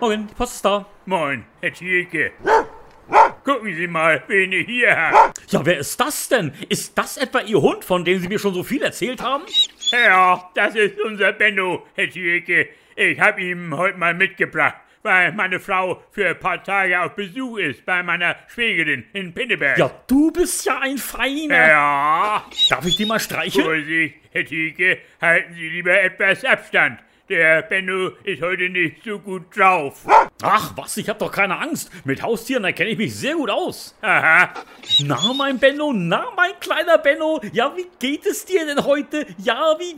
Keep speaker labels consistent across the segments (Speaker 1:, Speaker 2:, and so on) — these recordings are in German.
Speaker 1: Morgen, die Post ist da.
Speaker 2: Moin, Herr Thielke. Gucken Sie mal, wen ich hier hab.
Speaker 1: Ja, wer ist das denn? Ist das etwa Ihr Hund, von dem Sie mir schon so viel erzählt haben?
Speaker 2: Ja, das ist unser Benno, Herr Thielke. Ich hab ihn heute mal mitgebracht, weil meine Frau für ein paar Tage auf Besuch ist bei meiner Schwägerin in Pinneberg.
Speaker 1: Ja, du bist ja ein Feiner.
Speaker 2: Äh. Ja,
Speaker 1: Darf ich die mal streicheln?
Speaker 2: Vorsicht, Herr Thielke, halten Sie lieber etwas Abstand. Der Benno ist heute nicht so gut drauf.
Speaker 1: Ach was, ich hab doch keine Angst. Mit Haustieren erkenne ich mich sehr gut aus.
Speaker 2: Aha,
Speaker 1: Na, mein Benno, na, mein kleiner Benno. Ja, wie geht es dir denn heute? Ja, wie...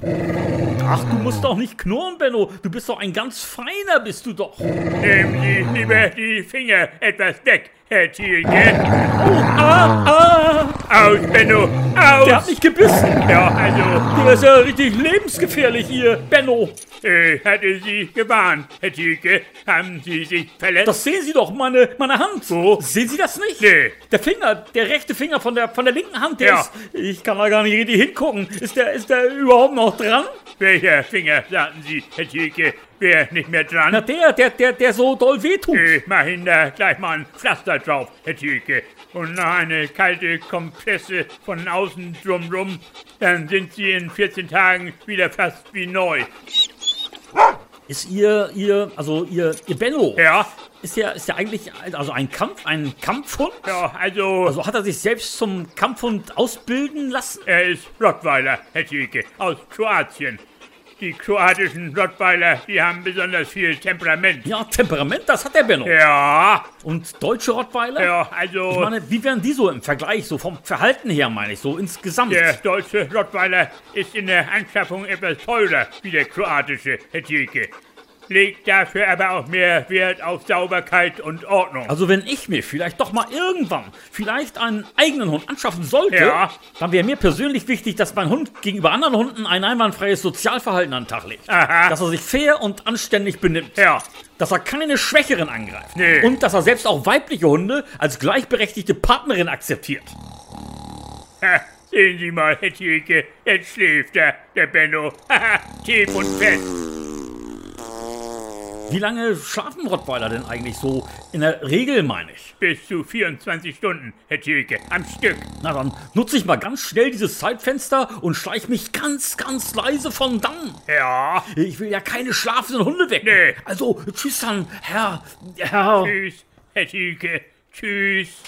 Speaker 1: Ach, du musst doch nicht knurren, Benno. Du bist doch ein ganz Feiner, bist du doch.
Speaker 2: nehmen Sie lieber die Finger etwas weg, Herr Thielke.
Speaker 1: Ah, ah,
Speaker 2: Aus, Benno, aus!
Speaker 1: der hat mich gebissen.
Speaker 2: Ja, also,
Speaker 1: Der ist ja richtig lebensgefährlich hier, Benno.
Speaker 2: ich hatte äh, Sie gewarnt, Herr Thielke. Haben Sie sich verletzt?
Speaker 1: Das sehen Sie doch, meine, meine Hand.
Speaker 2: Wo?
Speaker 1: Sehen Sie das nicht?
Speaker 2: Nee.
Speaker 1: Der Finger, der rechte Finger von der, von der linken Hand, der
Speaker 2: Ja.
Speaker 1: ist. Ich kann da gar nicht richtig hingucken. Ist der, ist der überhaupt noch dran?
Speaker 2: Welcher Finger, sagten Sie, Herr Thielke, wäre nicht mehr
Speaker 1: Na,
Speaker 2: dran?
Speaker 1: der, der, der, der so doll wehtut.
Speaker 2: Ich mach Ihnen da gleich mal ein Pflaster drauf, Herr Thielke. Und noch eine kalte Kompresse von außen drumrum. Dann sind Sie in 14 Tagen wieder fast wie neu.
Speaker 1: Ist ihr, ihr, also ihr, ihr Benno,
Speaker 2: Ja?
Speaker 1: ist der, ist der eigentlich ein- also ein Kampf, ein Kampfhund?
Speaker 2: Ja, also,
Speaker 1: Also hat er sich selbst zum Kampfhund ausbilden lassen?
Speaker 2: er ist Rottweiler, Herr Thielke, aus Kroatien. Die kroatischen Rottweiler, die haben besonders viel Temperament.
Speaker 1: Ja, Temperament, das hat der Benno.
Speaker 2: Ja,
Speaker 1: Und deutsche Rottweiler?
Speaker 2: Ja,
Speaker 1: Ich
Speaker 2: also
Speaker 1: meine, wie wären die so im Vergleich, so vom Verhalten her, meine ich, so insgesamt?
Speaker 2: der deutsche Rottweiler ist in der Anschaffung etwas teurer wie der kroatische, Herr Thielke. Legt dafür aber auch mehr Wert auf Sauberkeit und Ordnung.
Speaker 1: Also wenn ich mir vielleicht doch mal irgendwann vielleicht einen eigenen Hund anschaffen sollte,
Speaker 2: Ja.
Speaker 1: dann wäre mir persönlich wichtig, dass mein Hund gegenüber anderen Hunden ein einwandfreies Sozialverhalten an den Tag legt.
Speaker 2: Aha.
Speaker 1: Dass er sich fair und anständig benimmt.
Speaker 2: Ja.
Speaker 1: Dass er keine Schwächeren angreift.
Speaker 2: Nee.
Speaker 1: Und dass er selbst auch weibliche Hunde als gleichberechtigte Partnerin akzeptiert.
Speaker 2: Ha, sehen Sie mal, Herr Thielke, jetzt schläft er, der Benno. Haha, tief und fest.
Speaker 1: Wie lange schlafen Rottweiler denn eigentlich so? In der Regel meine ich.
Speaker 2: Bis zu 24 Stunden, Herr Thielke, am Stück.
Speaker 1: Na dann nutze ich mal ganz schnell dieses Zeitfenster und schleich mich ganz, ganz leise von dann.
Speaker 2: Ja,
Speaker 1: Ich will ja keine schlafenden Hunde wecken.
Speaker 2: Nee.
Speaker 1: Also, tschüss dann, Herr, Herr.
Speaker 2: tschüss, Herr Thielke, tschüss.